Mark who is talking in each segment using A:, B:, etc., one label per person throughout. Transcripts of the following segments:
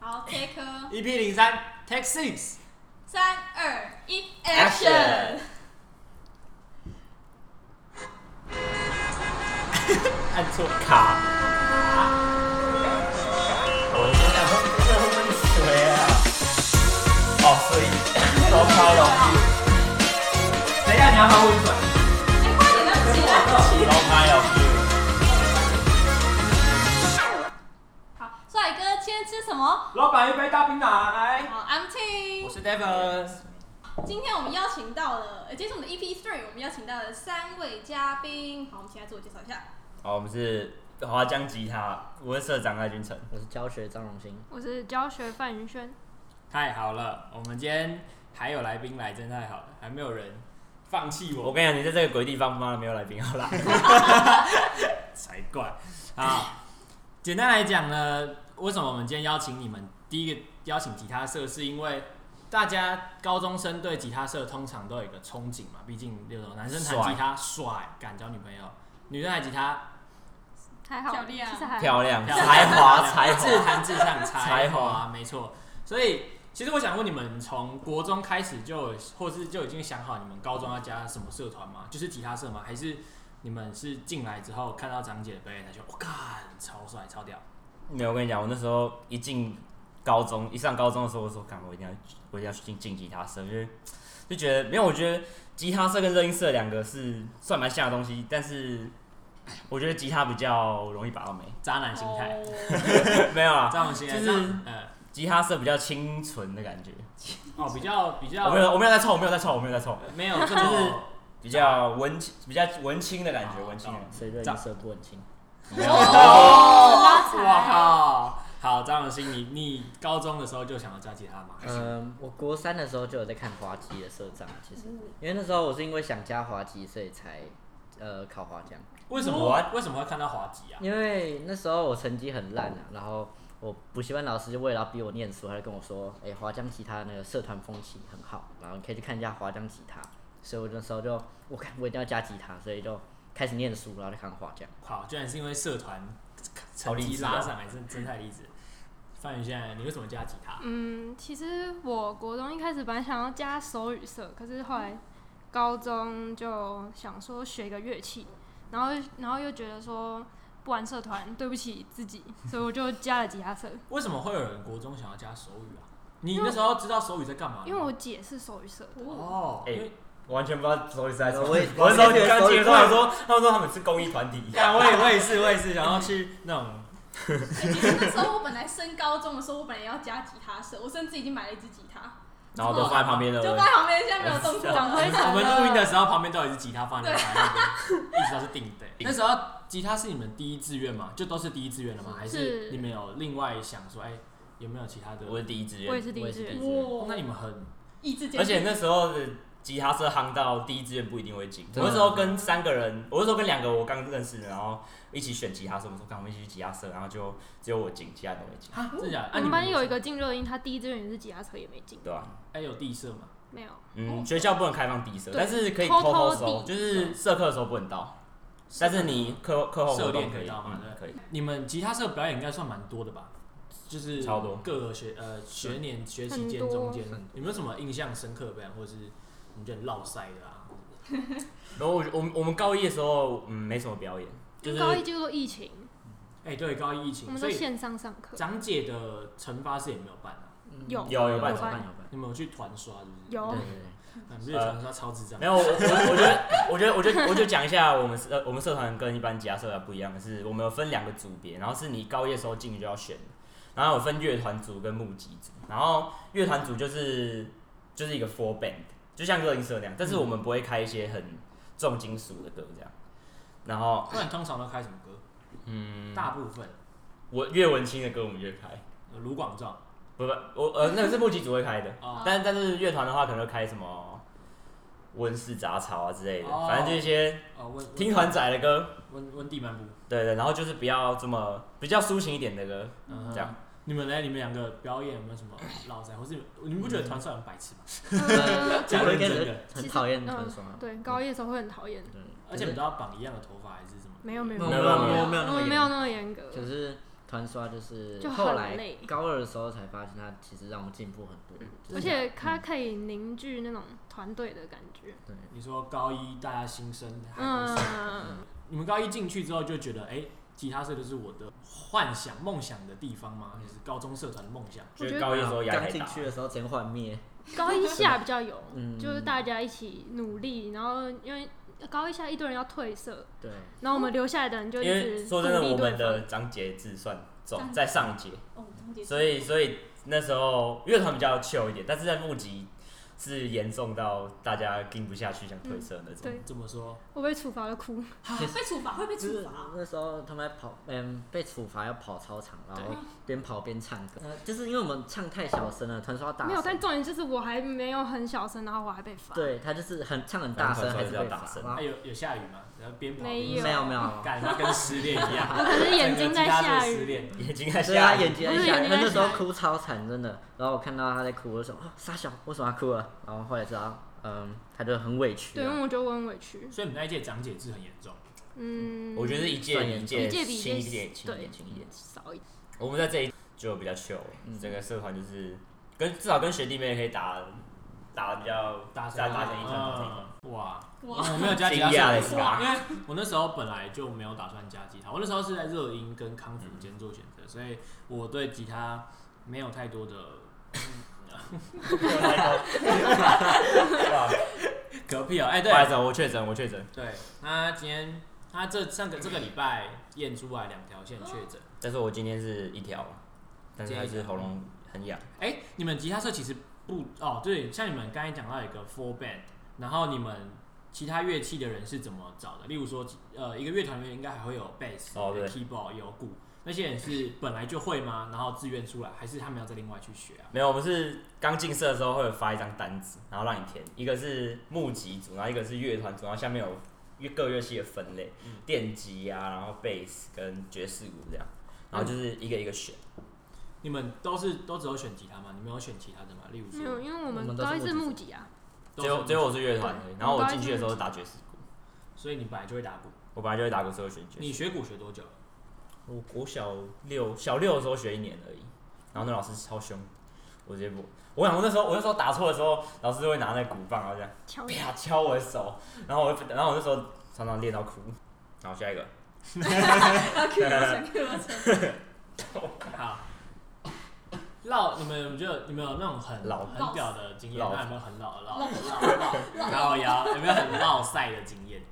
A: 好，Take
B: EP 零三 Take Six，
A: 三二一
C: Action
A: ，Action！
B: 按错。
C: 卡，
B: 我真的会真的会闷水啊！
C: 哦，所以手卡容易，
B: 等一下你要喝温水。
A: 哎，快点让自己来
C: 手卡
B: 啊
C: 容易，
A: 好，帅哥，今天吃什么？
B: 老板一杯大冰奶。
A: 好，I'm Ting
B: 我。是 Devon，
A: 今天我们邀请到了，呃，今天是我们的 EP Three，我们邀请到了三位嘉宾。好，我们请他自我介绍一下。
C: 好，我们是华江吉他，我是社长赖君成，
D: 我是教学张荣兴，
E: 我是教学范云轩，
B: 太好了，我们今天还有来宾来，真太好了，还没有人放弃
C: 我
B: 我
C: 跟你讲，你在这个鬼地方，妈的没有来宾好啦。
B: 才怪啊！简单来讲呢，为什么我们今天邀请你们？第一个邀请吉他社，是因为大家高中生对吉他社通常都有一个憧憬嘛，毕竟那种男生弹吉他帅，敢交女朋友；女生弹吉他
E: 还好，
A: 漂亮
E: 其实还好。
C: 漂亮，
B: 漂亮
C: 才华，才
B: 自
C: 华，
B: 弹自唱，才
C: 才
B: 华
C: 华
B: 没错。所以其实我想问你们，从国中开始就有，或是就已经想好你们高中要加什么社团吗？就是吉他社吗？还是你们是进来之后看到长姐的表演才说，我、干，超帅，超屌？
C: 没有，我跟你讲，我那时候一进高中，一上高中的时候，我说，干，我一定要，我一定要去进进吉他社，因为就觉得，没有，我觉得吉他社跟热音社两个是算蛮像的东西，但是我觉得吉他比较容易把到眉，
B: 渣男心态，
A: 哦，
C: 没有啦，
B: 渣男心态，
C: 就是
B: 这样呃，
C: 吉他社比较清纯的感觉。
B: 哦，比较比
C: 我
B: 较
C: 没有，我没有在凑，我没有在凑，我没有在凑，
B: 没有这
C: 就是
B: 么
C: 比较文青，比较文青的感觉，
B: 哦
C: 文青的感
D: 所以热音社不很清。
C: 觉。没有
A: 哦
E: 拉
B: 我
E: 踩
B: 靠，好，张永兴，你你高中的时候就想要加吉他吗？
C: 呃
B: 还是
D: 嗯，我国三的时候就有在看滑稽的社长，其实因为那时候我是因为想加滑稽，所以才呃考滑江。
B: 为什么
C: 我
B: 为什么会看到滑稽啊？
D: 因为那时候我成绩很烂啊，然后我补习班老师就为了要逼我念书，他就跟我说：“哎、华江吉他那个社团风气很好，然后你可以去看一下华江吉他。”所以我那时候就我看我一定要加吉他，所以就开始念书，然后就看华江。
B: 好，居然是因为社团
C: 好
B: 成
C: 励
B: 绩
C: 志哦
B: 拉上来，真真太励志。范宇，现在你为什么加吉他？
E: 嗯，其实我国中一开始本来想要加手语社，可是后来高中就想说学一个乐器，然后然后又觉得说不玩社团对不起自己，所以我就加了吉他社。
B: 为什么会有人国中想要加手语啊？你那时候知道手语在干嘛吗？
E: 因为我姐是手语社的，
B: 哦，
C: 哎
B: 因为
C: 我完全不知道手里是在什么。
D: 我也
C: 我那时候刚进的时候，
D: 我
C: 他
D: 也
C: 说，他们说他们是公益团体。
B: 干我也我也是我也是，然后去那 种
A: 哎其实那时候我本来升高中的时候，我本来要加吉他社，我甚至已经买了一支吉他，
C: 然后都放在旁边的，
A: 就放在旁边，现在没有动过
E: 长
A: 了。
E: 灰
B: 我
E: 尘
B: 们录音的
E: 了。
B: 时候旁边都有一支吉他放在那边，一直都是定的。那时候吉他是你们第一志愿吗？就都是第一志愿了吗？还是
E: 是
B: 你们有另外想说，哎，有没有其他的？
C: 我是第一志愿，
E: 我也是第一志愿
C: 我也是第一
B: 哦那你们很
A: 意志坚定。
C: 而且那时候的吉他社夯到第一志愿不一定会进。我
D: 真的
C: 那时候跟三个人，我那时候跟两个我刚认识的，然后一起选吉他社，我们说干，我们一起去吉他社，然后就只有我进，其他人都没进，
B: 哈，
A: 哦
B: 真的假的？啊
E: 我
B: 你
E: 们班有一
B: 个
E: 个进热音，他第一志愿也是吉他社，也没进，
C: 对吧、
B: 哎有地社吗？
E: 没有。
C: 嗯，学校不能开放地社，
E: 哦对
C: 但是可以
E: 偷
C: 偷
E: 偷
C: 收，
E: 地
C: 就是社课的时候不能到，但是你课课后
B: 社
C: 活
B: 练
C: 动
B: 可
C: 可
B: 以
C: 以
B: 到嘛
C: 嗯可以。
B: 你们吉他社表演应该算蛮多的吧？就是
C: 超多
B: 各个学呃学年学期间
E: 很多
B: 中间，有没有什么印象深刻的表演，或者是你觉得落塞的啊？
C: 然后我我们我们高一的时候，嗯，没什么表演，就是
E: 高一就说疫情，
B: 哎、对，高一疫
E: 我
B: 情，
E: 们
B: 所
E: 都
B: 以
E: 线上上课，
B: 长姐的惩罚是也没有办啊，
D: 嗯
E: 有
C: 有有办
E: 有
C: 有
E: 办
C: 办。
D: 有
B: 你们有去团刷是不是？
D: 办，
E: 有
D: 对对对，
B: 啊，你们团刷超智障
C: 呃没。有，我我我觉得，我觉得，我觉得，我就讲一下我们社我们社团跟一般其他社团啊不一样的是，我们有分两个组别，然后是你高一的时候进就要选，然后有分乐团组跟募集组，然后乐团组就是就是一个 four band，就像热音社那样，但是我们不会开一些很重金属的歌这样，然后
B: 不然通常都开什么歌？
C: 嗯，
B: 大部分
C: 我越文青的歌我们越开，
B: 呃卢广仲
C: 不不，我呃那个是募集组会开的，
B: 啊，
C: 但但是乐团的话可能会开什么温室杂草啊之类的，
B: 哦
C: 反正就一些
B: 哦温
C: 嗯听团仔的歌。
B: 温温蒂漫步，
C: 对对，然后就是比较这么比较抒情一点的歌，
B: 嗯
C: 这样。
B: 你们呢？你们两个表演有没有什么落塞，或是你们不觉得团刷很白痴吗？
C: 嗯
E: 呃
B: 讲
D: 我
B: 认
D: 一开
B: 真
D: 始
B: 的，
E: 其
D: 很
E: 实
D: 讨厌
E: 嗯
D: 传说啊，
E: 对，高一的时候会很讨厌。
D: 嗯
B: 而且你们都要绑一样的头发还是什么？
E: 没有没有嗯
D: 没有
C: 没有
E: 哦没
D: 没有没有那么
E: 我们
D: 严
E: 没有那么严格。
D: 就是团刷就是
E: 就很
D: 后来
E: 累
D: 高二的时候才发现，它其实让我进步很
C: 嗯
D: 多。就是
E: 而且它可以凝聚那种团队的感觉。
D: 对，
B: 你说高一大家新生，
E: 嗯，
B: 你们高一进去之后就觉得，哎、吉他社就是我的幻想、梦想的地方吗？
C: 嗯
B: 就是高中社团的梦想。
E: 我
C: 就
E: 觉
C: 是
E: 得
C: 高一的时候压
D: 刚
C: 力太
D: 进
C: 大，
D: 去的时候真幻灭，，
E: 高一下比较有
D: 嗯
E: 就是大家一起努力，然后因为高一下一堆人要褪色，
D: 对，
E: 然后我们留下来的人就一
C: 因
E: 直
C: 为说真的，
E: 鼓励
C: 我们
E: 对方
C: 的章节制算
A: 章
C: 重，
A: 节
C: 在上节，
A: 哦，终结。
C: 所以所以那时候乐团比较 chill 一点，但是在募集是严重到大家跟不下去，想退社那种。
E: 对
B: 这么说，
E: 我被处罚了哭，
A: 被处啊罚会被处
D: 就是
A: 罚，
D: 那时候他们还跑，嗯，被处罚要跑操场，然后边跑边唱歌，呃，就是因为我们唱太小声了，团刷大
E: 没有，但
D: 声，
E: 重点就是我还没有很小声，然后我还被罚。
D: 嗯对他就是很唱很大声，还是被
C: 团刷是要
D: 罚
C: 大声
D: 然
B: 哎、
D: 后
B: 有有下雨吗？然后边跑
E: 没
B: 边
E: 有
D: 没有 没有，
B: 干，他跟失恋一样，
E: 我可是眼睛在
B: 整个吉他
E: 下
B: 社失
E: 雨，
B: 恋。
C: 眼睛在
D: 对啊，
C: 下，
D: 眼睛在
E: 不是
D: 下，
E: 眼睛
D: 那
E: 在
D: 那时候
E: 下
D: 哭超惨，真的。然后我看到他在哭，我就说：“哦，傻小，为什么要哭了？”然后后来知道，嗯，他就很委屈
E: 对，因
D: 啊、
E: 为我觉得我很委屈。
B: 所以你们那一届长姐制很严重，
E: 嗯，
C: 我觉得是一届
D: 算严
C: 一
D: 重
C: 届
E: 一届比一
C: 轻
E: 届
C: 一点，轻一
E: 对
C: 点，轻一点。
E: 少一点。
C: 我们在这一就比较 chill，整个社团就是跟至少跟学弟妹可以打打比较
B: 大
C: 打打成一团，打成一团。
B: 嗯哇，
A: 哇
B: 我 没有加吉他
C: 惊讶
B: 社
C: 了
B: 是
C: 是
B: 吧？
C: 吧
B: 因为我那时候本来就没有打算加吉他，我那时候是在热音跟康复间做选择，所以我对吉他没有太多的隔壁哦。哎，
C: 不
B: 对
C: 好意思，我确诊，我确诊，
B: 对，他今天他这上个这个礼拜验出来两条线确诊。
C: 但是我今天是一条，但是还
B: 今天
C: 是
B: 一条
C: 喉咙很痒。
B: 哎、你们吉他社其实不哦，对，像你们刚才讲到有一个 four band，然后你们其他乐器的人是怎么找的？例如说，呃，一个乐团里面应该还会有 bass、
C: 哦
B: 有
C: 对
B: keyboard、有鼓，那些人是本来就会吗？然后自愿出来，还是他们要再另外去学啊？
C: 没有，我们是刚进社的时候会有发一张单子，然后让你填，一个是募集组，然后一个是乐团组，然后下面有乐各乐器的分类，
B: 嗯
C: 电吉啊，然后贝斯跟爵士鼓这样，然后就是一个一个选。
B: 嗯你们都是都只有选吉他吗？你们有选其他的吗？例如
E: 没有，
B: 说，
E: 因为我
D: 我
E: 们
D: 们都是
E: 高一是
D: 木
E: 木吉啊，
B: 都
C: 最
B: 是
C: 后最后我是乐团而已，然后我进去的时候是打爵士鼓，
B: 所以你本来就会打鼓。
C: 我本来就会打鼓，所以我选爵士
B: 你学鼓学多久？
C: 鼓。我国小六小六的时候学一年而已，然后那老师超凶，我直接不，我想我那时候我那时候打错的时候，老师会拿那鼓棒然啊后这样。
E: 敲
C: 啪敲我的手，然后我就，然后我那时候常常练到哭。然后下一个，
A: 要 Q 流程，Q 流程。
B: 好。老，你们有觉得你们有那种很
C: 老
B: 很屌的经验？
C: 老
B: 那有没有很老老老老老摇？有没有很老赛的经验？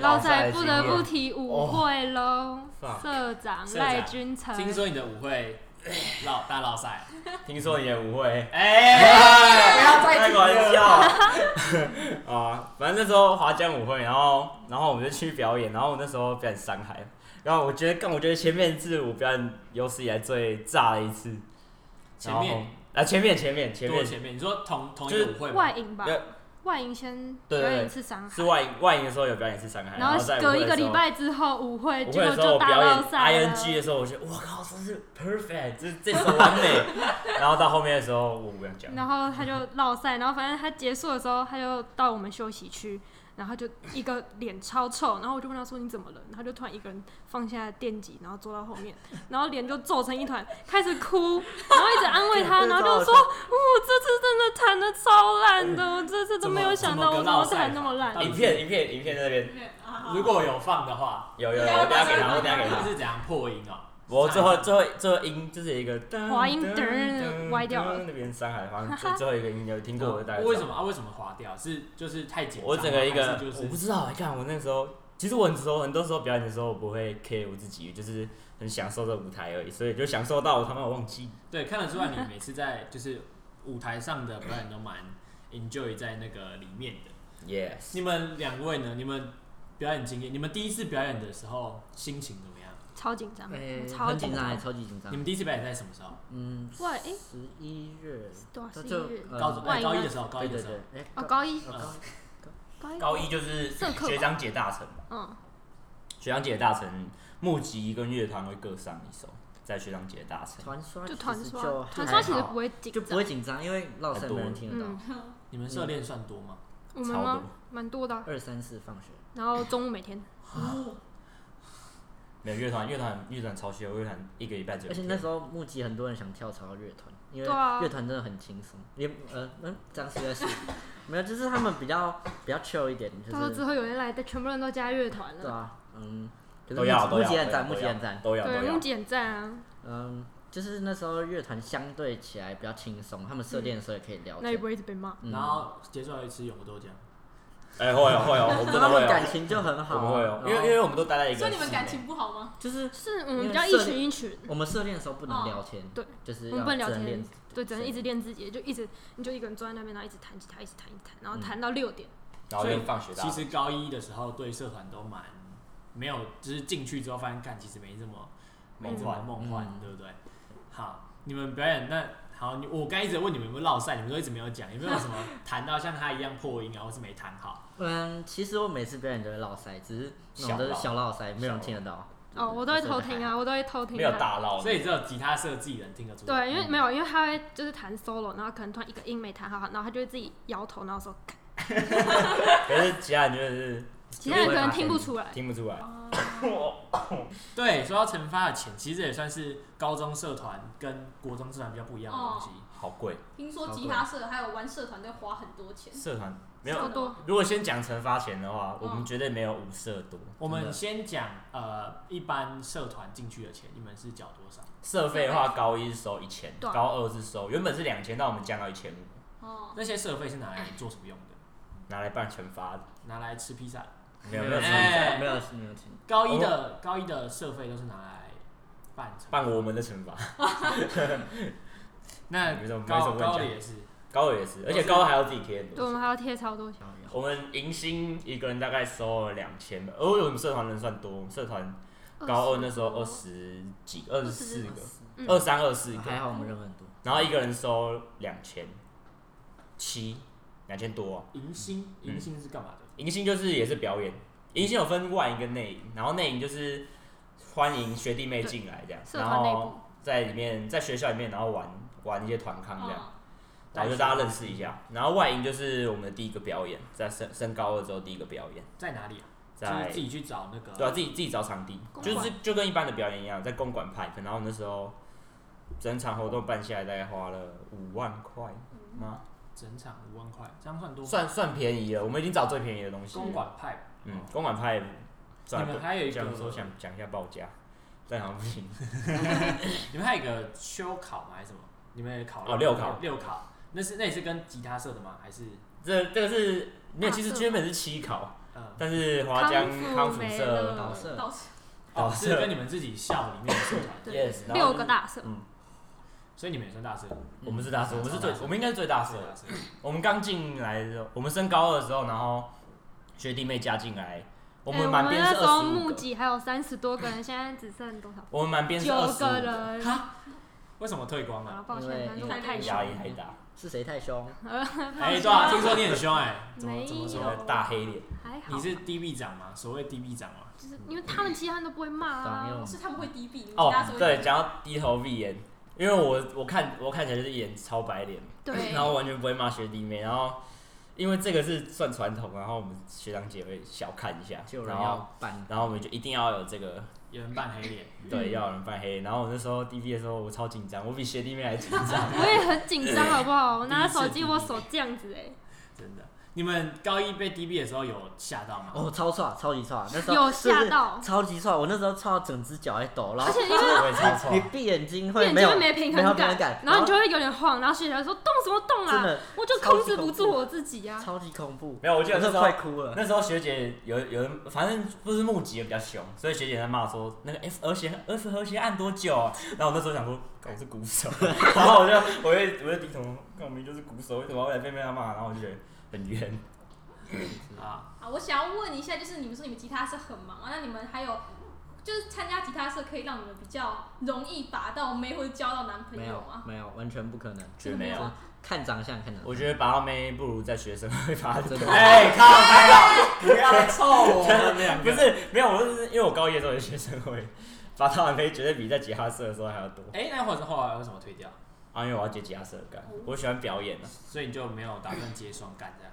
E: 老
C: 塞
E: 仔不得不提舞会喽
C: 哦，
E: 社长
B: 社长
E: 赖君成，
B: 听说你的舞会老大老赛？
C: 听说你也误会，
B: 哎，不要
C: 开玩
B: 了。
C: 笑啊！反正那时候华江舞会，然后然后我们就去表演，然后我那时候表演伤害，然后我觉得，但我觉得前面是我表演有史以来最炸的一次。
B: 前面
C: 然后啊，前面前面前
B: 多
C: 面
B: 前面，你说同同一
C: 就
B: 个
C: 是
B: 舞会吗？
E: 外影吧
C: 没有，
E: 外影先表
C: 对对对
E: 演一次伤
C: 是
E: 害，
C: 外外营的时候有表演是伤害，
E: 然后
C: 在舞
E: 隔
C: 会
E: 一
C: 的
E: 个
C: 时
E: 礼
C: 候
E: 拜之后舞会，
C: 我
E: 结
C: 会
E: 果
C: 的时候
E: 哎就
C: 我
E: 大
C: 表演
E: 爆赛
C: ing 的
E: 了。
C: 时候，我觉得我靠，这是 perfect，这这首完 美。然后到后面的时候，我不想讲。
E: 然
D: 嗯
E: 后他就落赛，然后反正他结束的时候，他就到我们休息区，然后就一个脸超臭，然后我就问他说你怎么了，然后他就突然一个人放下电击，然后坐到后面，然后脸就皱成一团，开始哭，然后一直安慰 他，
D: 真的
E: 然后
D: 超好
E: 就说
D: 笑
E: 我这次真的弹的超烂的，我这次都没有想到我怎么弹那么烂。
B: 怎
C: 影片影片影片那边
A: 啊
B: 如果有放的话，
C: 有有有，我等下给他，我等下给
B: 他
C: 他。
B: 是怎样破音哦？
C: 我最后最后最后音就是有一个
E: 滑音噔噔歪掉了
C: 那边伤害，反正最最后一个音有听过我的大概。
B: 为什？么啊？为什么划掉？是就是太紧张吗，
C: 我整个一
B: 还
C: 个
B: 是就是
C: 我不知道，看我那时候。其实我很多很多时候表演的时候，我不会 care 我自己，就是很享受这舞台而已，所以就享受到我他妈我忘记
B: 对，看得出来你每次在就是舞台上的表演都蛮 enjoy 在那个里面的。
C: ，yes。
B: 你们两位呢？你们表演经验，你们第一次表演的时候心情怎么样？
E: 超紧张，
D: 哎
E: 超
D: 很紧
E: 紧
D: 张，
E: 张
D: 也。超级紧张
B: 你。们第一次表演在什么时候？
D: 嗯，
E: 哇，哎，
D: 十一月，
E: 多少哦
D: 这
E: 啊是一
D: 就
E: 月？
D: 呃
B: 高中哎
E: 万一
B: 高一
E: 呢
B: 的时候，高
D: 对
B: 一的
D: 对
B: 时候
D: 对，，哎，
E: 哦，
D: 高
E: 高一，
D: 呃高
E: 高一，
C: 高一就是
E: 社课吧
C: 学长姐大成嘛，
E: 嗯，
C: 学长姐大成募集跟乐团会各上一首，在学长姐大成。
D: 团刷
E: 就
D: 其
E: 团
D: 实就
E: 刷，团
D: 还
E: 刷其实
D: 好
E: 不会紧
D: 就
E: 张，
D: 不会紧张，因为绕赛没人听得到
E: 嗯，，
B: 你们社练算多吗？
E: 我们
C: 超
E: 吗
C: 多？
E: 蛮多的啊，
D: 二三四放学。
E: 然后中午每天，
C: 没有乐团，乐团乐团超需要，乐团一个礼拜只有
D: 而
C: 一
D: 且
C: 天。
D: 那时候募集很多人想跳槽乐团，因为
E: 对啊
D: 乐团真的很轻松，也呃嗯这样是在说，没有，就是他们比较比较 chill 一点，就
E: 到时候之
D: 是
E: 后有人来，全部人都加乐团
D: 对
E: 了。
D: 啊，嗯，可是
C: 都要
D: 募集
C: 都
D: 募
C: 要
D: 集很
C: 都
D: 赞，
C: 要
D: 募集很赞，
C: 都要都
E: 对，木
C: 要。
E: 简赞啊，
D: 嗯，就是那时候乐团相对起来比较轻松，他们射电的时候也可以聊
E: 嗯那也
D: 天
E: 不，会一直被骂。
D: 嗯
B: 然后结束了一次永不豆浆，
C: 哎，会哦会哦，我们真
D: 他
C: 的会
D: 们感
C: 哦，
D: 情就很
C: 我
D: 好
C: 们会
D: 啊
C: 哦，，因
D: 然
C: 为
D: 后
C: 因为我们都待在一个。
A: 所以你们感？情不好吗？
D: 就是
E: 是我
D: 因为
E: 们比较一
D: 社
E: 群一群，
D: 我们射电的时候不能
A: 哦
D: 聊天，
E: 对，
D: 就是
E: 我们
D: 要
E: 不能聊
D: 只能
E: 天
D: 练，
E: 对，只能
D: 对
E: 一直练自己，就一直你就一个人坐在那边，然后一直弹吉他，一直弹，一直弹，
C: 嗯
E: 然后弹到六点。
C: 然后就放学到
B: 其。实高一的时候对社团都蛮没有，就是进去之后发现，干其实没这么没这么梦幻，
D: 嗯
B: 对不对？好，你们表演那好，你我刚一直问你们有没有落赛，你们都一直没有讲，有没有什么弹到像他一样破音啊，或是没弹好？
D: 嗯，其实我每次表演都会落腮，只是那种都是小
C: 小
D: 落腮，没有人听得到。
E: 哦，我都会偷听
D: 啊。
E: 啊，我都会偷听
C: 没有
E: 啊。
C: 大
D: 哦
C: 嗯闹，
B: 所以只有吉他社自己人听得出来。
E: 对，因为没有，因为他会就是弹 solo，然后可能突然一个音没弹好，然后他就会自己摇头，然后说，干
C: 可是其他人就是
E: 其他人可能听不出来。
C: 听不出来。
B: 对，说到惩罚的钱，其实也算是高中社团跟国中社团比较不一样的东西。
C: 好贵，
A: 听说吉他社还有玩社团都花很多钱，
C: 社团没
E: 差
C: 有。
E: 不多，
C: 如果先讲惩罚钱的话，我
A: 嗯
C: 们绝对没有五社多，
B: 我
D: 真
B: 们
D: 的
B: 先讲呃，一般社团进去的钱，你们是缴多少？
C: 社费的话，高一是收一千，
E: 对啊
C: 高二是收原本是两千，但我们降到一千五，
A: 哦，
B: 那些社费是拿来做什么用的？
C: 拿来办惩罚的。
B: 拿来吃披萨。
C: 没
D: 嗯
C: 有没有
B: 哎
C: 吃
D: 没有没有听。
B: 高一的高一的社费都是拿来办惩罚
C: 哦办我们的惩罚，
B: 那
C: 没什么没什
B: 高
C: 么
B: 高
C: 问
B: 的
C: 题啊
B: 也是，
C: 高二也是，而且高二还要自己贴很
E: 对，我
C: 多
E: 们
C: 钱。
E: 还要贴超多钱。
C: 我们迎新一个人大概收了两千吧，而哦我们社团人算多，我们社团高二那时候二十几、二十四个、
E: 嗯
C: 二三、二四
D: 哎还
C: 个，
D: 好我们人很多。
C: 然后一个人收两千七，两千多、啊。
B: 迎新迎新是干嘛的？
C: 迎新就是也是表演，迎新有分外营跟内营，然后内营就是欢迎学弟妹进来这样，
E: 社
C: 然
E: 团内部
C: 后在里面在学校里面，然后玩玩一些团康这
E: 哦
C: 样，
A: 嗯
C: 然后就大家认识一下。然后外营就是我们的第一个表演，在升升高二之后第一个表演，
B: 在哪里啊？就
C: 在
B: 是自己去找那个。
C: 对啊，自己自己找场地，
E: 公
C: 就
E: 馆
C: 是就跟一般的表演一样，在公馆派。然后那时候整场活动办下来大概花了五万块
A: 嗯
C: 吗？
B: 嗯整场五万块，这样算多吗？
C: 算算便宜了，我们已经找最便宜的东西了。
B: 公馆派，
C: 嗯，公馆派
B: 你们还有一个
C: 这样说想讲一下报价，但好像不行。
B: 你们还有一个修考吗？还是什么？你们也考
C: 哦六考
B: 六考，那是那也是跟吉他社的吗？还是
C: 这这个是没有，
E: 啊
C: 其实
E: 是吗
C: 原本是期考，
B: 呃，
C: 但是华江
E: 康复
C: 康复
E: 没
C: 社
E: 了
D: 导社
A: 到时
B: 哦
C: 导
B: 是
C: 社
B: 跟你们自己校里面的社团，
E: 对
C: yes，然后
E: 六个大社，
C: 嗯，
B: 所以你们也算大社，
C: 我们是大社，我们是最
B: 大，社
C: 我们应该是最大社
B: 最
C: 的。
B: 社。
C: 我们刚进来的时候，我们升高二的时候，然后学弟妹加进来，我
E: 哎
C: 们满编
E: 那
C: 是
E: 时候
C: 二十五
E: 募
C: 个，
E: 集还有三十多个人，现在只剩多少？
C: 我们满编是
E: 九
C: 二十
E: 个
C: 五个，
E: 人。
B: 为什么退光
E: 好
B: 了？
E: 了，抱歉，反正我太小
C: 压。力太大，
D: 是谁太凶？
B: 哎，对啊，听说你很凶哎，怎么怎么
E: 没
B: 说？
E: 有
C: 大黑脸。
E: 还好，
B: 你是 DB 长吗？所谓 DB 长吗？
E: 就是因为他们其他人都不会骂
D: 对啊因为
E: 啊
D: 我。
A: 是他们会低比，你们
C: 哦
A: 吉他社，会
C: 对，
A: 低比
C: 讲到低头闭眼，因为我我看我看起来就是演超白脸，
E: 对
C: 然后完全不会骂学弟妹，然后因为这个是算传统，然后我们学长姐会小看一下
D: 就，有人
C: 然后
D: 要办。
C: 然后我们就一定要有这个，
B: 有人扮黑 脸，
C: 对，要有人扮黑脸。然后我那时候 D B 的时候，我超紧张，我比学弟妹还紧张。
E: 我也很紧张，好不好？我拿着手
B: 第一
E: 机，
B: 次
E: 我手这样子哎，
B: 真的。你们高一被 DB 的时候有吓到吗？
D: 哦，超差，超级差！那时候
E: 有吓到
D: 就是超级差！我那时候差到整只脚在抖，然后
E: 而且因 为
C: 我也超错
D: 你，闭眼睛啊会
E: 眼
D: 没
E: 睛
D: 有
E: 会没平衡
D: 没有平衡感，
E: 然后你就会有点晃，然后学长说动什么动
D: 真
E: 啊
D: 的，
E: 我就控制不住我自己啊。
D: 超级恐怖。
C: 没有我记得
D: 那
C: 那
D: 时
C: 时
D: 候
C: 候
D: 快哭了。
C: 那时候学姐有有人，反正不是募集的比较凶，所以学姐在骂说那个 F 和弦 F 和弦按多久、啊？ 然后我那时候想说，干我是鼓手， 然后我就我就我就低头，看我明明就是鼓手，为什么要来被被他骂？然后我就觉得很冤。
B: 啊，
A: 啊，我想要问一下，就是你们说你们吉他社很忙啊，那你们还有就是参加吉他社可以让你们比较容易把到妹或者交到男朋
D: 没
A: 友
D: 有
E: 啊
A: 吗？
D: 没有，完全不可能。
C: 绝没有
D: 就是看长相，看长
C: 我
D: 相。
C: 觉得拔到妹不如在学生会拔
D: 真的
C: 哎，靠开到，
B: 不要臭我
C: 不是没有，我就是因为我高一的时候是学生会，拔到妹绝对比在吉他社的时候还要多。
B: 哎，那或者后来为什么退掉？
C: 啊，因为我要接吉他社的干，我喜欢表演啊，
B: 所以你就没有打算接双干这样？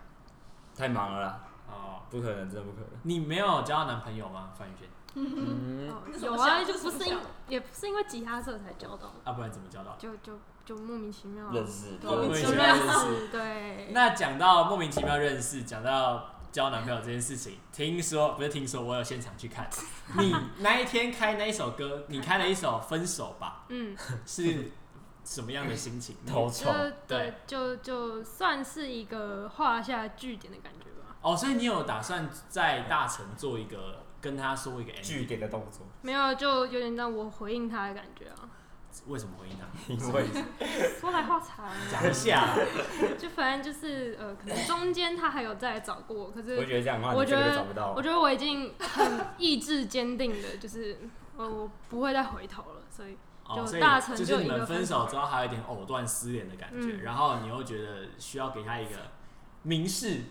C: 太忙了啦，
B: 哦，
C: 不可能，真的不可能。
B: 你没有交到男朋友吗？范宇轩？嗯，
E: 哦
A: 这是
E: 有
A: 我想
E: 啊，
A: 的
E: 就
A: 这是
E: 不
A: 我
E: 是因
A: 想的
E: 也不是因为吉他社才交到的，
B: 啊，不然怎么交到？
E: 就就就莫名其妙啊
C: 认识，
A: 莫
B: 名
C: 对
B: 其
E: 就
B: 妙
E: 认
B: 认识
E: 识，对，
B: 那讲到莫名其妙认识，讲到交男朋友这件事情，听说不是听说，我有现场去 看。你那一天开那一首歌，你开了一首《分手吧
E: 嗯，》，
B: 是什么样的心情？
C: 头
E: 就
C: 臭，
B: 对
E: 对，就就算是一个画下句点的感觉吧。
B: 哦，所以你有打算在大城做一个跟他说一个 ending？
C: 据点的动作，
E: 没有，就有点让我回应他的感觉啊。
B: 为什么回应他？
C: 因为
E: 说来话长，啊
B: 讲一下，
E: 就反正就是呃，可能中间他还有再来找过我，可
C: 我
E: 是
C: 觉得这样的话，
E: 我
C: 你
E: 觉
C: 这个
E: 得
C: 就找不到
E: 我。觉得我已经很意志坚定的，就是我我不会再回头了，所以
B: 哦，
E: 就
B: 所以
E: 大城
B: 就是
E: 就
B: 你
E: 一个
B: 们分
E: 分
B: 手之后还有一点藕断丝连的感觉，
E: 嗯
B: 然后你又觉得需要给他一个明示，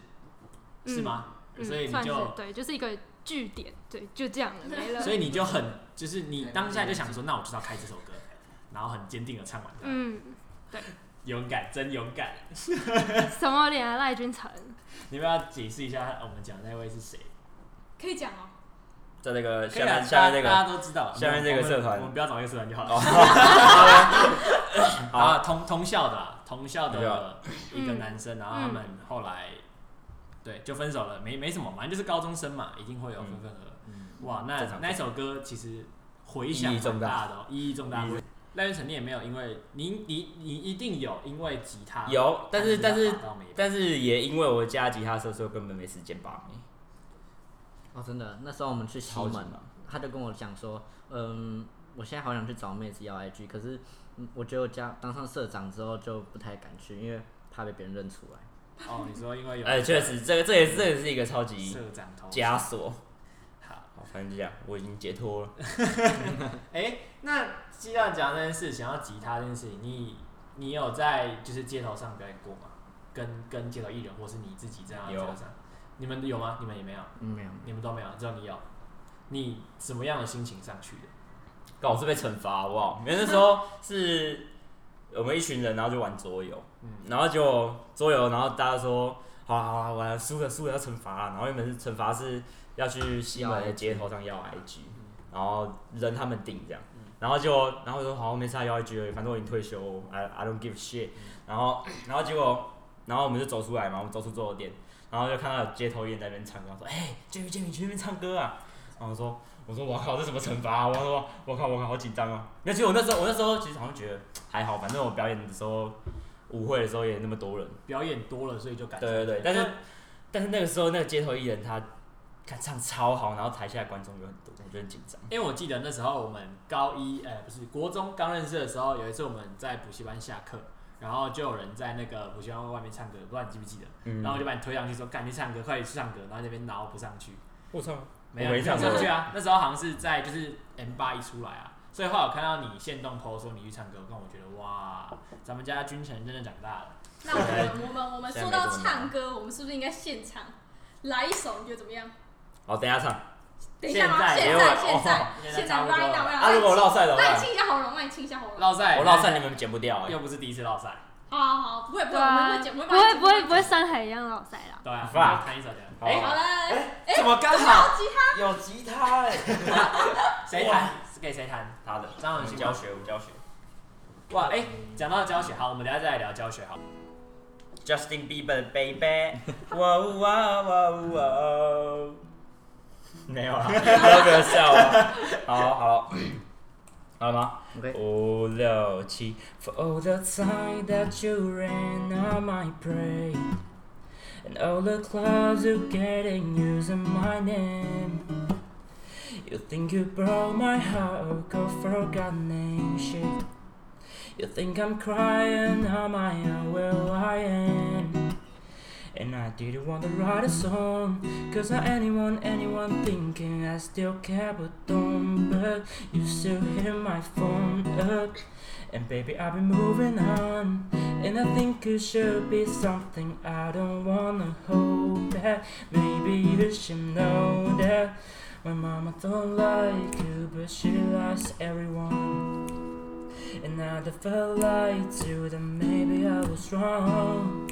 B: 是吗？
E: 嗯，
B: 所以你
E: 算是
B: 就
E: 对，就是一个据点，对，就这样了，没 了。
B: 所以你就很就是你当下就想说，那我就是要开这首歌，然后很坚定的唱完它，
E: 嗯，
B: 勇敢，真勇敢。
E: 什么脸啊，赖 君成，
B: 你要不要解释一下我们讲的那位是谁？
A: 可以讲哦。
C: 在那个
B: 可以
C: 下
B: 啊
C: 面下面那
B: 大大
C: 个
B: 家都知道，
C: 下面这个社团
B: 我们我们不要找那个社团就好
C: 哦
B: 了。
C: 好
B: 啊，同同校的啊同校
C: 对
B: 的
C: 啊
B: 一个男生，然后他们后来对就分手了，没没什么，反正就是高中生嘛，一定会有分分合合。哇，那
C: 嗯正常
B: 那首歌其实回响
C: 意义重
B: 蛮
C: 大
B: 大的哦，意义重大
C: 意义。
B: 赖元成，你也没有因为你你你一定有因为吉他
C: 有，但是但是
B: 打到没
C: 但是也因为我加吉他社，所以我根本没时间把妹，
D: 哦，真的，那时候我们去西
C: 超级
D: 门
C: 忙，
D: 他就跟我讲说，嗯，我现在好想去找妹子要 IG，可是嗯我觉得我加当上社长之后就不太敢去，因为怕被别人认出来。
B: 哦，你说因为有
C: 哎，确实，这个这也是这也是一个超级
B: 社长头
C: 枷锁。
B: 好，
C: 好，反正就这样，我已经解脱了。
B: 哎、那鸡蛋讲这件事，想要吉他这件事情，你你有在就是街头上表演过吗？跟跟街头艺人，或是你自己这样街
C: 有
B: 头上，你们有吗？你们也没有，
D: 嗯， 没有。
B: 你们都没有，只有你有。你什么样的心情上去的？
C: 搞是被惩罚好不好？因为那时候是我们一群人，然后就玩桌游，然后就桌游，然后大家说，好啦好啦，我来输了输了要惩罚啊啦。然后原本是惩罚是要去西门的街头上要 IG，然后扔他们顶这样，然后就然后我说好没事啊要 IG，而已反正我已经退休，I I don't give a shit。然后然后结果然后我们就走出来嘛，我们走出桌游店，然后就看到有街头艺人在那边唱歌，我说哎，建宇建宇你去那边唱歌啊，然后我说。我说我靠，这什么惩罚、啊？我说我靠，我靠，好紧张啊！那其实我那时候，我那时候其实好像觉得还好，反正我表演的时候，舞会的时候也那么多人。
B: 表演多了，所以就感
C: 对对对，但是但是那个时候那个街头艺人他敢唱超好，然后台下的观众有很多，我就很紧张。
B: 因为我记得那时候我们高一，呃，不是国中刚认识的时候，有一次我们在补习班下课，然后就有人在那个补习班外面唱歌，不知道你记不记得？
C: 嗯
B: 然后我就把你推上去说，赶紧唱歌，快点去唱歌，然后那边挠不上去，
C: 我唱，
B: 没有
C: 我没
B: 你上
C: 唱
B: 上
C: 过
B: 去啊。那时候好像是在就是 M 八一出来啊，所以后来我看到你现动 PO 说你去唱歌，跟我觉得哇，咱们家君臣真的长大了。
A: 那我们我们我们
C: 现
A: 说
C: 在没
A: 到
C: 这么忙
A: 唱歌，我们是不是应该现场来一首？你觉得怎么样？
C: 好，等一下唱。
A: 等一下吗？
B: 现
A: 现在
C: 在因为
A: 现在
B: 哦现在
A: 现
B: 差
A: 在
B: 不多了
A: right now，
C: 啊，如果我落赛怎么
A: 那你
C: 办？
A: 清一下喉咙，那你清一下喉咙。
B: 绕赛，
C: 我落赛你们剪不掉哎、
B: 又不是第一次绕赛，
A: 好好好，不会不
E: 对
A: 会，我们
E: 啊
A: 会，剪，
E: 不
A: 我们
E: 会不会不会
A: 会
E: 山海一样老塞啦。
B: 对啊，
C: Fuck
B: 弹一首的。
C: 好
B: 哎，
A: 把它剪好了，
B: 怎么啊刚好？
C: 有吉他 哎、
B: 谁弹？给谁弹？
C: 他的
B: 张
C: 我
B: 文
C: 们
B: 新
C: 教学，我们教学
B: 哇，哎，讲到教学，好，我们等一下再来聊教学好了。
C: ，Justin Bieber baby，哇呜哇哇呜哇哦。没有啊，都不要笑啊。好好，好了吗？
D: OK，
C: Oh, Lochi, for all the time that you ran on my prey, and all the clouds you getting using my name. You think you broke my heart, oh, go forgotten shit. You think I'm crying on my own, well, I am. And I didn't want to write a song, cause not anyone, anyone thinking I still care, but don't. But you still hitting my phone up. And baby, I've been moving on. And I think it should be something I don't wanna hold back. Maybe you should know that my mama don't like you, but she likes everyone. And I just felt like too that maybe I was wrong.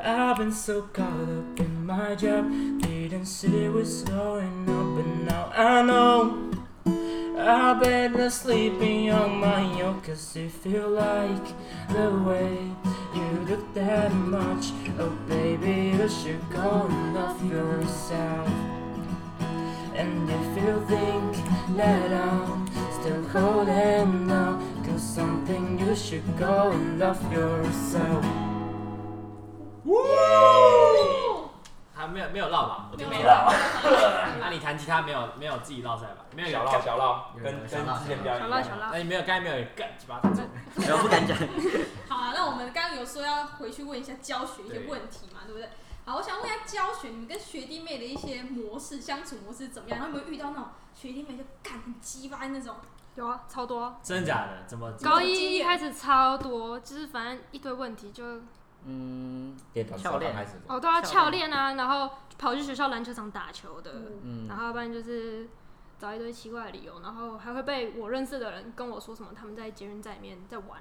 C: I've been so caught up in my job, didn't see what's going on, but now I know I better sleeping on my own Cause if you like the way you look that much Oh baby you should go and love yourself And if you think that I'm still holding on To something you should go and love yourself
B: 他没有没有绕吧？我
A: 没
B: 听
A: 有
B: 说
C: 没啦
B: 那、你弹吉他没有没有自己绕赛吧？没有有
C: 小浪小浪
D: 有
C: 跟
D: 有
C: 跟
D: 小浪
C: 之前
D: 小
C: 表演
E: 小
C: 一
E: 辣
C: 样
E: 小辣
B: 那，你没有该没有干鸡巴弹错。
D: 我不敢讲。
A: 好啊，那我们刚刚有说要回去问一下教学一些问题嘛，对不对？好，我想问一下教学，你们跟学弟妹的一些模式相处模式怎么样？然后有没有遇到那种学弟妹就干很鸡巴那种？
E: 有啊，超多啊、
B: 真的假的？怎么？
E: 高
A: 经
E: 一
A: 验
E: 一开始超多，就是反正一堆问题就
D: 嗯
C: 电动
D: 教练
C: 开始
E: 哦都要
D: 教
E: 翘
D: 练
E: 练啊，然后跑去学校篮球场打球的，
D: 嗯
E: 然，后不然就是找一堆奇怪的理由，然后还会被我认识的人跟我说什么他们在捷运站里面在玩，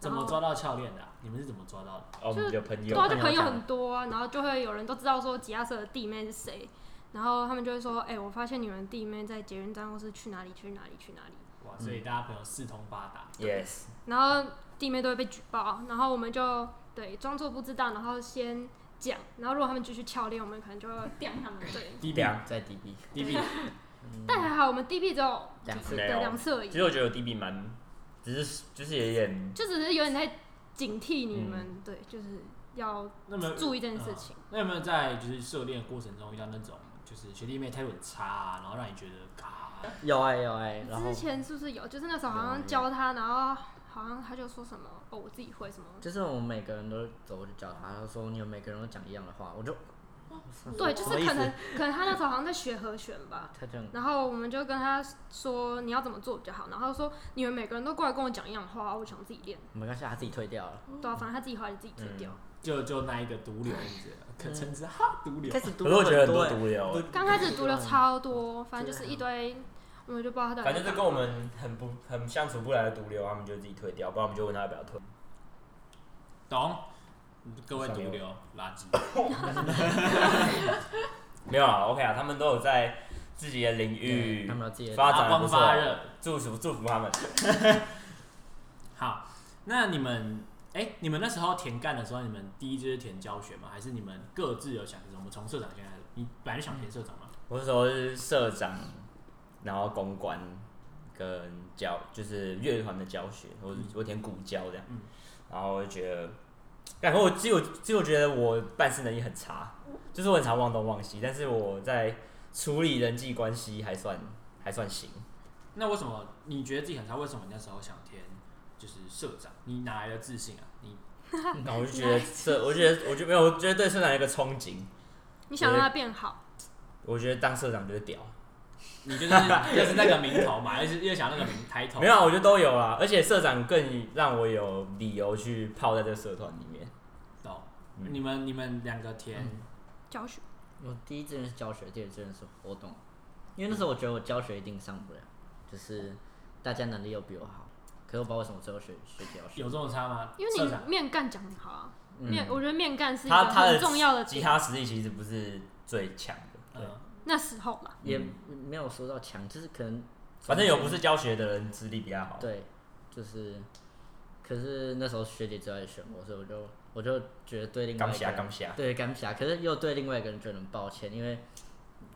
B: 怎么抓到教练的啊、你们是怎么抓到的？
C: 哦，我们有朋
E: 对啊，
C: 友，
E: 就
D: 朋友
E: 朋友
D: 讲
E: 很多啊，然后就会有人都知道说吉亚社的弟妹是谁，然后他们就会说，哎、我发现你们弟妹在捷运站或是去哪里去哪里去哪里，
B: 哇，所以大家朋友四通八达。
C: Yes，
E: 然后弟妹都会被举报，然后我们就对装作不知道，然后先讲，然后如果他们继续翘练，我们可能就会
A: 掉他们
E: 对，
B: D
C: 对
B: B
C: 啊
D: 在 DB
B: D B，
E: 但还好我们 DB 只有
D: 嗯两
E: 次
D: 次
E: 对
C: 没有
E: 两次而已
C: 其，实我觉得我 DB 蛮，只是就是有点，
E: 就只是有点在警惕你
D: 嗯
E: 们，对，就是要
B: 那么
E: 注意这件事情。
B: 啊那有没有在就是涉猎的过程中遇到那种就是学弟妹态度很差、啊，然后让你觉得啊，
D: 有哎、有哎、 然后
E: 之前是不是有？就是那时候好
D: 有
E: 像
D: 有
E: 教他，然后好像他就说什么哦，我自己会什么，
D: 就是我们每个人都走过去叫他，他说你们每个人都讲一样的话，我就
E: 对，就
D: 什
E: 是
D: 么意
E: 可
D: 思
E: 能可能他那时候好像在学和弦吧。
D: 他这样
E: 然后我们就跟他说你要怎么做比较好，然后他说你们每个人都过来跟我讲一样的话，我想自己练。
D: 没关系，他自己退掉了，
E: 对啊，反正他自己后来就自己退掉。
B: 就就那一个毒瘤，你觉得？可称之哈毒瘤
D: 开。始读
C: 可是我觉得很多
D: 很
C: 毒瘤，
D: 多
E: 刚开始读了超
D: 嗯
E: 多，反正
D: 啊
E: 就是一堆，我们就不知道他到底
C: 反正
E: 在
C: 就
E: 干
C: 跟我
E: 嘛。
C: 们很不很相处不来的毒瘤，他们就自己退掉，不然我们就问他要不要退。
B: 懂？各位毒瘤垃圾。
C: 没有啊，OK 啊，他们都有在自己的领
D: 对
C: 域
D: 他们有自己的
C: 发展得不错
B: 发光发热，
C: 祝福祝福他们。
B: 好，那你们，哎、你们那时候填干的时候，你们第一就是填教学吗？还是你们各自有想什么？从社长先开始，你本来就想填社长吗？
E: 嗯
C: 我那时候是社长，然后公关跟教就是乐团的教学，我我填鼓教这样，
B: 嗯
C: 然后我就觉得，感觉我只有只有觉得我办事能力很差，就是我很常忘东忘西，但是我在处理人际关系还算还算 行。
B: 那为什么你觉得自己很差？为什么你那时候想填就是社长？你哪来的自信啊？你
C: 然后我就觉得社，我觉得我就没有，我觉得对社长有一个憧憬，
E: 你想让他变好，
C: 我觉得当社长就是屌。
B: 你就是 就是那个名头嘛，又是又想那个名抬头。
C: 没有、啊，我觉得都有啦，而且社长更让我有理由去泡在这个社团里面。
B: 懂。
C: 嗯
B: 你们你们两个填，
E: 教学
D: 我第一志愿是教学，第二志愿是活动，因为那时候我觉得我教学一定上不了，就是大家能力又比我好，可是我不知道为什么最后学学教学
B: 有。这么差
C: 啊
B: 吗？
E: 因为
B: 社长
E: 你面干讲得好啊，面我觉得面干是一
C: 嗯
E: 个
C: 他他的
E: 很重要的
C: 吉
E: 点。
C: 他实力其实不是最强的，对，
B: 嗯，
E: 那时候啦，
D: 也没有说到强，就是可能
C: 反正有不是教学的人资历比较好。
D: 对，就是，可是那时候学姐最爱选我，所以我就我就觉得对另外
C: 刚
D: 一个
C: 侠
D: 人
C: 刚侠，
D: 对刚侠，可是又对另外一个人觉得很抱歉，因为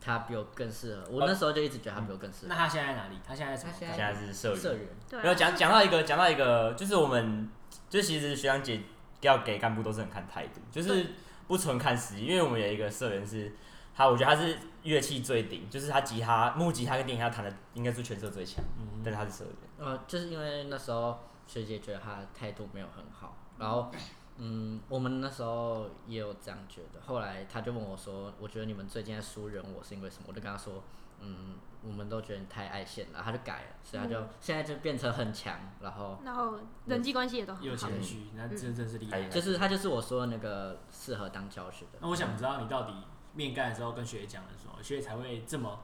D: 他比我更适合。我
C: 哦
D: 那时候就一直觉得他比我更适合
B: 那。他现在哪里？他现在什么
D: 他？现
C: 现在是社
D: 社
C: 员。
D: 员，
E: 对
C: 没有
E: 啊，
C: 讲讲到一个讲到一个，就是我们就其实学长姐要给干部都是很看态度，就是不纯看实力，因为我们有一个社员是。他我觉得他是乐器最顶，就是他吉他、木吉他跟电吉他弹的应该是全社最强，
B: 嗯
C: 但是他是社员。
D: 呃，就是因为那时候学姐觉得他态度没有很好，然后嗯，我们那时候也有这样觉得。后来他就问我说：“我觉得你们最近在疏远我是因为什么？”我就跟他说：“嗯，我们都觉得你太爱现了。”他就改了，所以他就、现在就变成很强，然后
E: 然后人际关系也都
B: 又
E: 很好。
B: 谦虚，那真真是厉害
C: 嗯。
D: 就是他就是我说的那个适合当教学的。
B: 那我想知道你到底面干的时候跟学姐讲了什么，学姐才会这么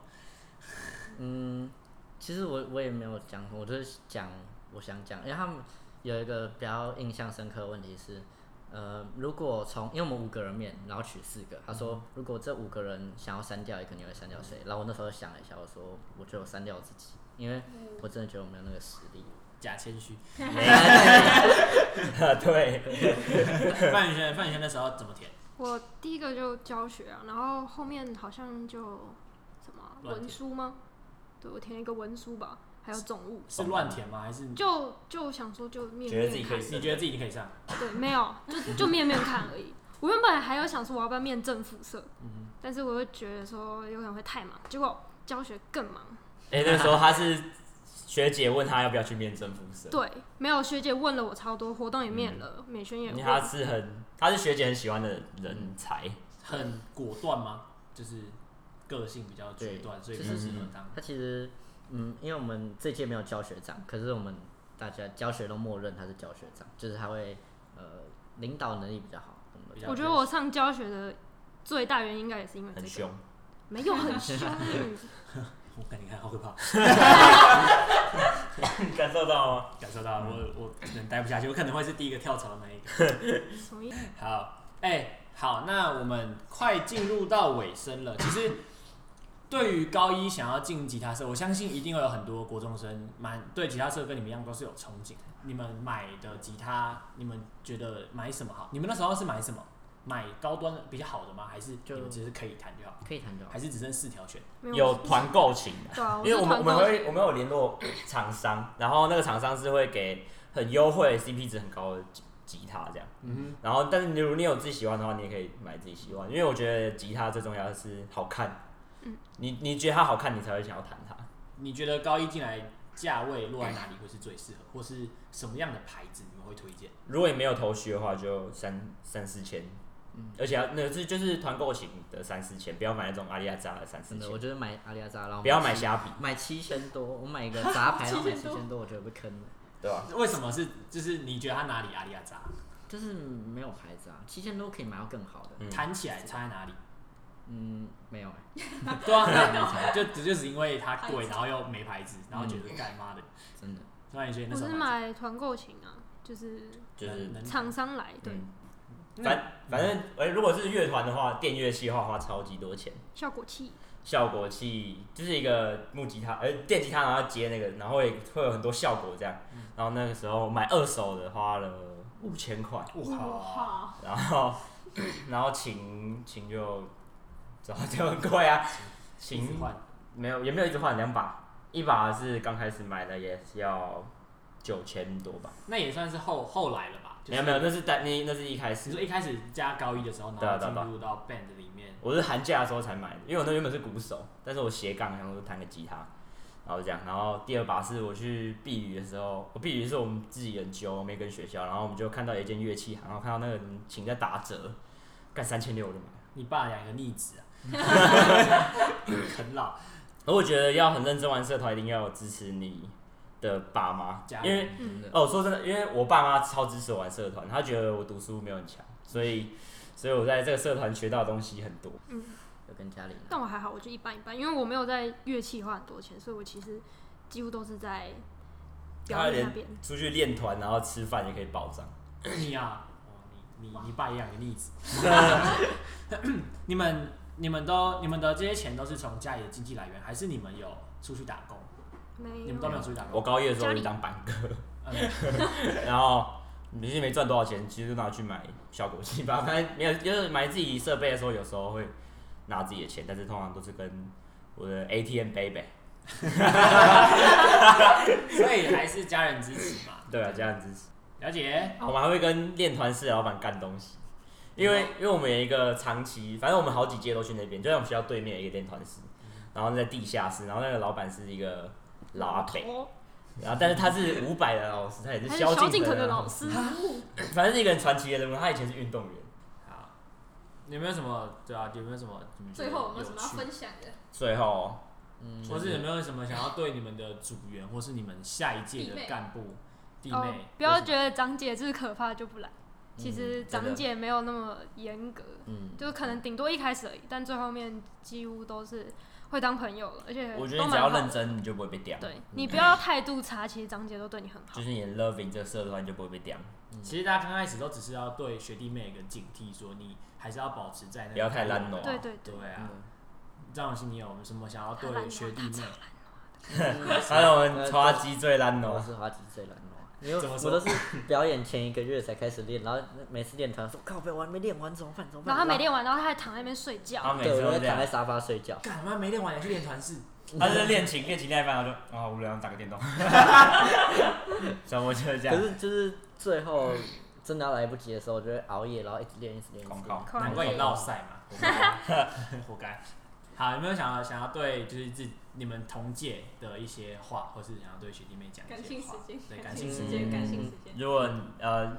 D: 嗯，其实我我也没有讲，我就是讲我想讲，因为他们有一个比较印象深刻的问题是，呃，如果从因为我们五个人面，然后取四个，他
C: 嗯
D: 说如果这五个人想要删掉一个，你会删掉谁？然后我那时候想了一下，我说我觉得我删掉我自己，因为我真的觉得我没有那个实力。
B: 假谦 虚。
C: 对，
B: 范宇轩，范宇轩那时候怎么填？
E: 我第一个就教学啊，然后后面好像就什么啊
B: 乱
E: 文
B: 填
E: 书吗？对我填了一个文书吧，还有总务，
B: 是乱填吗？还是你
E: 就就想说就面
C: 觉得
E: 面
C: 自己可
E: 看
C: 以，
B: 觉得自己已经可以上？
E: 对，没有，就就面面看而已。我原本还有想说我要不要面正副社，
B: 嗯
E: 但是我又觉得说有可能会太忙，结果教学更忙。
C: 哎、那时候他是学姐问他要不要去面政府社，
E: 对，没有学姐问了我超多，活动也面了，美宣也
C: 因为
E: 问，
C: 他是很，他是学姐很喜欢的人才，
B: 很果断吗？就是个性比较决断，所
D: 对
B: 以
D: 就是
B: 是轮当。
D: 他其实，嗯，因为我们这届没有教学长，可是我们大家教学都默认他是教学长，就是他会呃领导能力比较好。怎么
B: 比较
D: 讲
E: 我觉得我上教学的最大原因应该也是因为这
C: 很
E: 个，
C: 凶。
E: 没有很凶， 嗯
B: 我感觉你看好可怕，
C: 感受到吗？
B: 感受到了我我可能待不下去，我可能会是第一个跳槽的那一个。
E: 什么意思？
B: 好，哎、好，那我们快进入到尾声了。其实，对于高一想要进吉他社，我相信一定会有很多国中生蛮对吉他社跟你们一样都是有憧憬的。你们买的吉他，你们觉得买什么好？你们那时候是买什么？买高端的比较好的吗？还是
D: 就
B: 你们只是可以弹就好？
D: 可以谈就好
B: 还。是只剩四条选？
E: 没
C: 有
E: 我是
C: 团购情的，
E: 对啊，
C: 因为
E: 是
C: 我们
E: 团
C: 我们
E: 购
C: 会我们有联络厂商，然后那个厂商是会给很优惠、CP 值很高的吉吉他这样。
B: 嗯
C: 然后，但是如果你有自己喜欢的话，你也可以买自己喜欢，因为我觉得吉他最重要的是好看。
E: 嗯
C: 你你觉得它好看，你才会想要弹它。
B: 你觉得高一进来价位落在哪里会是最适合，或是什么样的牌子你们会推荐？
C: 如果你没有头绪的话，就三三四千，
D: 嗯
C: 而且啊要那个是就是团购型的三四千，不要买那种阿里亚扎的三四
D: 真的，
C: 千
D: 我，觉得买阿里亚扎，然后
C: 不要买虾皮，
D: 买七千多，我买一 个杂牌，然后买七
A: 7000
D: 千多，我觉得被坑了，
C: 对吧？
B: 为什么是？就是你觉得它哪里阿里亚扎？
D: 就是没有牌子啊，七千多可以买到更好的。
C: 嗯
B: 弹起来差在哪 里？
D: 嗯，没有欸、
B: 对啊，那就只就是因为它 贵，然后又没牌子，
C: 嗯
B: 然后觉得干妈的。
D: 真的。
B: 所以你觉得那
E: 我
B: 时
E: 是
B: 候
E: 买团购琴啊，就是
C: 就是
B: 能
E: 厂商来，对，
C: 嗯，反反正哎、如果是乐团的话，电乐器的话花超级多钱，
E: 效果器，
C: 效果器就是一个木吉他，呃，电吉他然后接那个，然后也会有很多效果这样。
D: 嗯
C: 然后那个时候买二手的花了五千块，
B: 哇，
A: 哇，
C: 然 后然后琴琴就 早就很贵啊，
B: 情
C: 琴
B: 换
C: 没有也没有一直换两把，一把是刚开始买的也是要九千多吧，
B: 那也算是后后来了吧？就是
C: 没有没有，那是单那那是一开
B: 你
C: 始
B: 说，一开始加高一的时候，
C: 对啊
B: 然
C: 对啊
B: 后
C: 对啊
B: 进入到 band 里面，
C: 我是寒假的时候才买的，因为我那原本是鼓手，但是我斜杠，然后就弹个吉他，然后这样。然后第二把是我去避雨的时候，我避雨是我们自己人揪，没跟学校，然后我们就看到有一间乐器行，然后看到那个人琴在打折，干三千六我就买了。
B: 你爸两个逆 子啊， 很老，
C: 而我觉得要很认真玩社团，一定要支持你的爸妈
B: 家，
C: 因
B: 人
C: 为
E: 嗯
D: 真的，
C: 哦，我说真的，因为我爸妈超支持我玩社团，他觉得我读书没有很强，所以所以我在这个社团学到的东西很多。
D: 有跟家里拿。
E: 但我还好，我就一般一般，因为我没有在乐器花很多钱，所以我其实几乎都是在表
C: 他
E: 演
C: 连
E: 那边。
C: 出去练团，然后吃饭也可以保障。
B: 你啊，哦你你你爸也两个逆子， 你们你们都你们的这些钱都是从家里的经济来源，还是你们有出去打工？
E: 没
B: 你们都没
E: 有
B: 有出去打
C: 我
B: 工？
C: 高一的时候就当板哥，
B: 嗯
C: 然后其实没赚多少钱，其实就拿去买效果器吧。反 正没有，就是买自己设备的时候，有时候会拿自己的钱，但是通常都是跟我的 ATM baby。
B: 所以还是家人支持嘛。
C: 对啊，这样子。
B: 了解，
C: 我们还会跟练团室的老板干东西，因为因为我们有一个长期，反正我们好几届都去那边，就在我们学校对面有一个练团室，然后在地下室，然后那个老板是一个老阿伯，
E: 哦，
C: 然后但是他是伍佰的老师，他也是
E: 还有萧敬腾
C: 腾
E: 的老师，
C: 反正是一个很传奇的人物，他以前是运动员，
B: 好，有没有什么对啊？有没有什么？你们觉得
A: 最后有没有什么要
B: 趣
A: 分享的？
C: 最后
D: 嗯，
B: 或是有没有什么想要对你们的组员，或是你们下一届的干部弟
E: 哦
B: 妹？，
E: 不要觉得长姐就是可怕就不来，其实
C: 嗯真的
E: 长姐没有那么严格，
D: 嗯，
E: 就可能顶多一开始而已，但最后面几乎都是会当朋友了，而且
C: 我觉得
E: 都
C: 你
E: 蛮
C: 只要
E: 好的
C: 认，真，你就不会被屌。
E: 对你不要态度差，其实张姐都对你很好
C: 就。是你 loving 这个社团，你就不会被屌。
B: 嗯其实大家刚开始都只是要对学弟妹有个警惕，说你还是要保持在那个
C: 不要太烂哦
E: 对对对，
B: 对啊，
D: 嗯
B: 张永新，你有什么想要
E: 太烂
B: 对
E: 了
B: 学弟 妹？
C: 还有我们花鸡最烂
D: 嗯我
C: 哦，
D: 是花季最烂哦，因为我
B: 怎么说
D: 都是表演前一个月才开始练，然后每次练团说靠北，我还没练完，怎么办？怎么
E: 然
D: 办？
E: 后他每天晚上他还躺在那边睡
C: 他
E: 觉，
C: 每
D: 对，
C: 次
D: 我
C: 都
D: 会
C: 哎这样
D: 躺在。沙发睡觉。
B: 干嘛没练完也去练团式？
C: 他是练琴，练琴练一半，他就啊无聊，打个电动。所以我就是这
D: 可
C: 样。
D: 是就是最后真的要来不及的时候，我就会熬夜，然后一直练，一直练，一直
C: 广
D: 练
C: 告。
E: 靠
B: 难怪你落赛嘛，活该活该。好，有没有想要想要对就是自你们同届的一些话，或是想要对学弟妹讲
A: 感
B: 一
A: 性
B: 些
A: 时
B: 话？
A: 间，
B: 对，感
A: 感
B: 性
A: 性
B: 时
A: 时
B: 间。
A: 间，感性时间。
C: 如果呃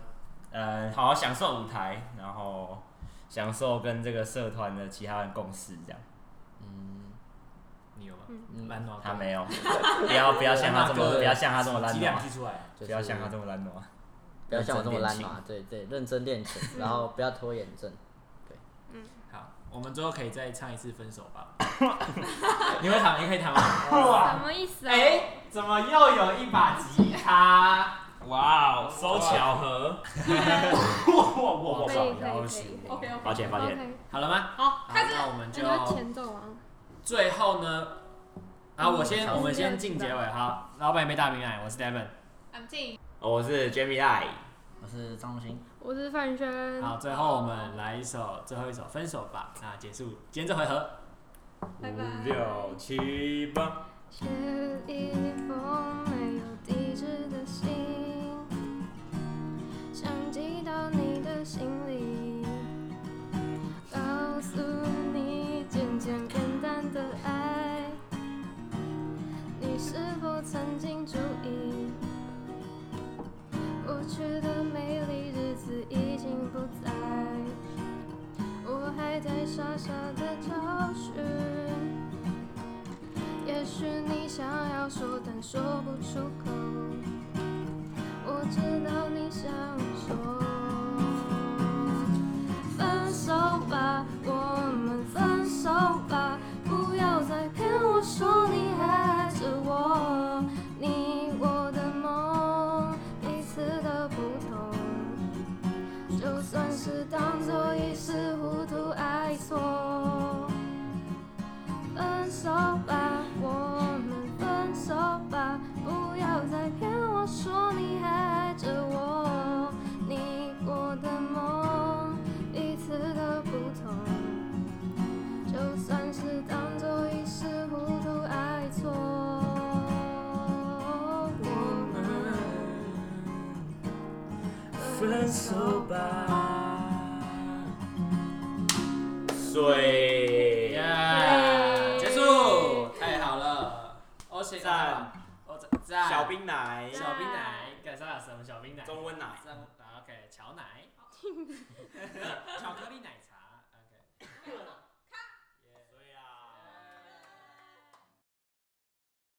C: 呃，好好享受舞台，然后享受跟这个社团的其他人共事，这样。
B: 你有吗？
D: 嗯
B: 烂诺
C: 他没有，不要不要像他这么，不要像他这么
B: 几
C: 烂
B: 两
C: 哦，
B: 句出来。
D: 就是
C: 不要像他这么烂哦。
D: 不要像我这么懒
C: 认真
D: 嘛，对对，认真练琴， 然后不要拖延症。
B: 好，我们最后可以再唱一次《分手 吧》。你会弹？你可以 弹吗？哎
E: 什么意思啊？
C: 哎
B: 怎么又有一把吉他？
C: 哇哦，收巧合，
B: 哇哇
E: 可
B: 哇！
E: 以可以可以
A: OK OK，
C: 抱歉抱歉，
E: ，OK，
B: 好了吗？
A: 好，
B: 好，
A: 开始。
B: 那我们
E: 那
B: 就
E: 你要前奏啊？
B: 最后呢，啊，我先
E: 嗯
B: 我们先进结尾哈。老板也没大名来，我是 Devon。
A: I'm 静，
C: 我是 Jamie Lai，
D: 我是张红星，
E: 我是范轩，
B: 好，最后我们来一首最后一首《分手吧》啊，结束今天这回合。
A: 拜拜。
C: 五六七八，
E: 写一封没有地址的信，想寄到你的心里，告诉你渐渐变淡的爱，你是否曾经注意？过去的美丽日子已经不在，我还在傻傻的找寻。也许你想要说，但说不出口。我知道你想说，分手吧，我们分手吧，不要再骗我说你爱着我。你我的梦，彼此的不同，就算是当作一时糊涂爱错。分手吧，我们分手吧，不要再骗我说你爱着我。你我的梦，彼此的不同，就算是当作一时糊涂爱错。我们分手吧。
C: 水
B: 耶、
E: 耶
B: 结束，太好了。哦我且
C: 赞，
B: 我哦赞
C: 小冰奶，
B: 小冰奶，改啥什么小冰奶？
C: 中温奶。
B: 中 OK，乔奶，巧克力奶茶。 啊